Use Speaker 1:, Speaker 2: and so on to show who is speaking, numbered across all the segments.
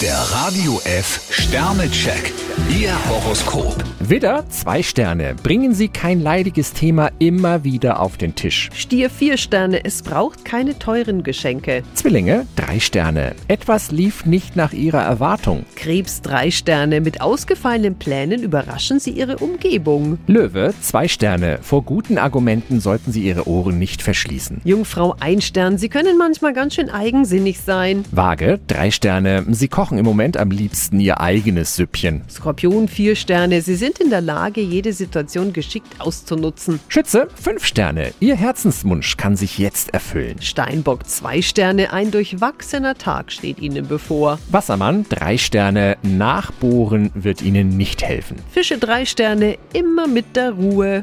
Speaker 1: Der Radio F Sternecheck. Ihr Horoskop.
Speaker 2: Widder, zwei Sterne. Bringen Sie kein leidiges Thema immer wieder auf den Tisch.
Speaker 3: Stier vier Sterne, es braucht keine teuren Geschenke.
Speaker 2: Zwillinge, drei Sterne. Etwas lief nicht nach Ihrer Erwartung.
Speaker 3: Krebs drei Sterne, mit ausgefallenen Plänen überraschen Sie Ihre Umgebung.
Speaker 2: Löwe, zwei Sterne. Vor guten Argumenten sollten Sie Ihre Ohren nicht verschließen.
Speaker 3: Jungfrau ein Stern, Sie können manchmal ganz schön eigensinnig sein.
Speaker 2: Waage, drei Sterne. Sie kochen im Moment am liebsten Ihr eigenes Süppchen.
Speaker 3: Skorpion vier Sterne, Sie sind in der Lage, jede Situation geschickt auszunutzen.
Speaker 2: Schütze, fünf Sterne. Ihr Herzenswunsch kann sich jetzt erfüllen.
Speaker 3: Steinbock zwei Sterne, ein durchwachsener Tag steht Ihnen bevor.
Speaker 2: Wassermann, drei Sterne. Nachbohren wird Ihnen nicht helfen.
Speaker 3: Fische drei Sterne, immer mit der Ruhe.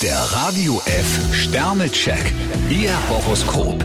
Speaker 1: Der Radio F Sternecheck. Ihr Horoskop.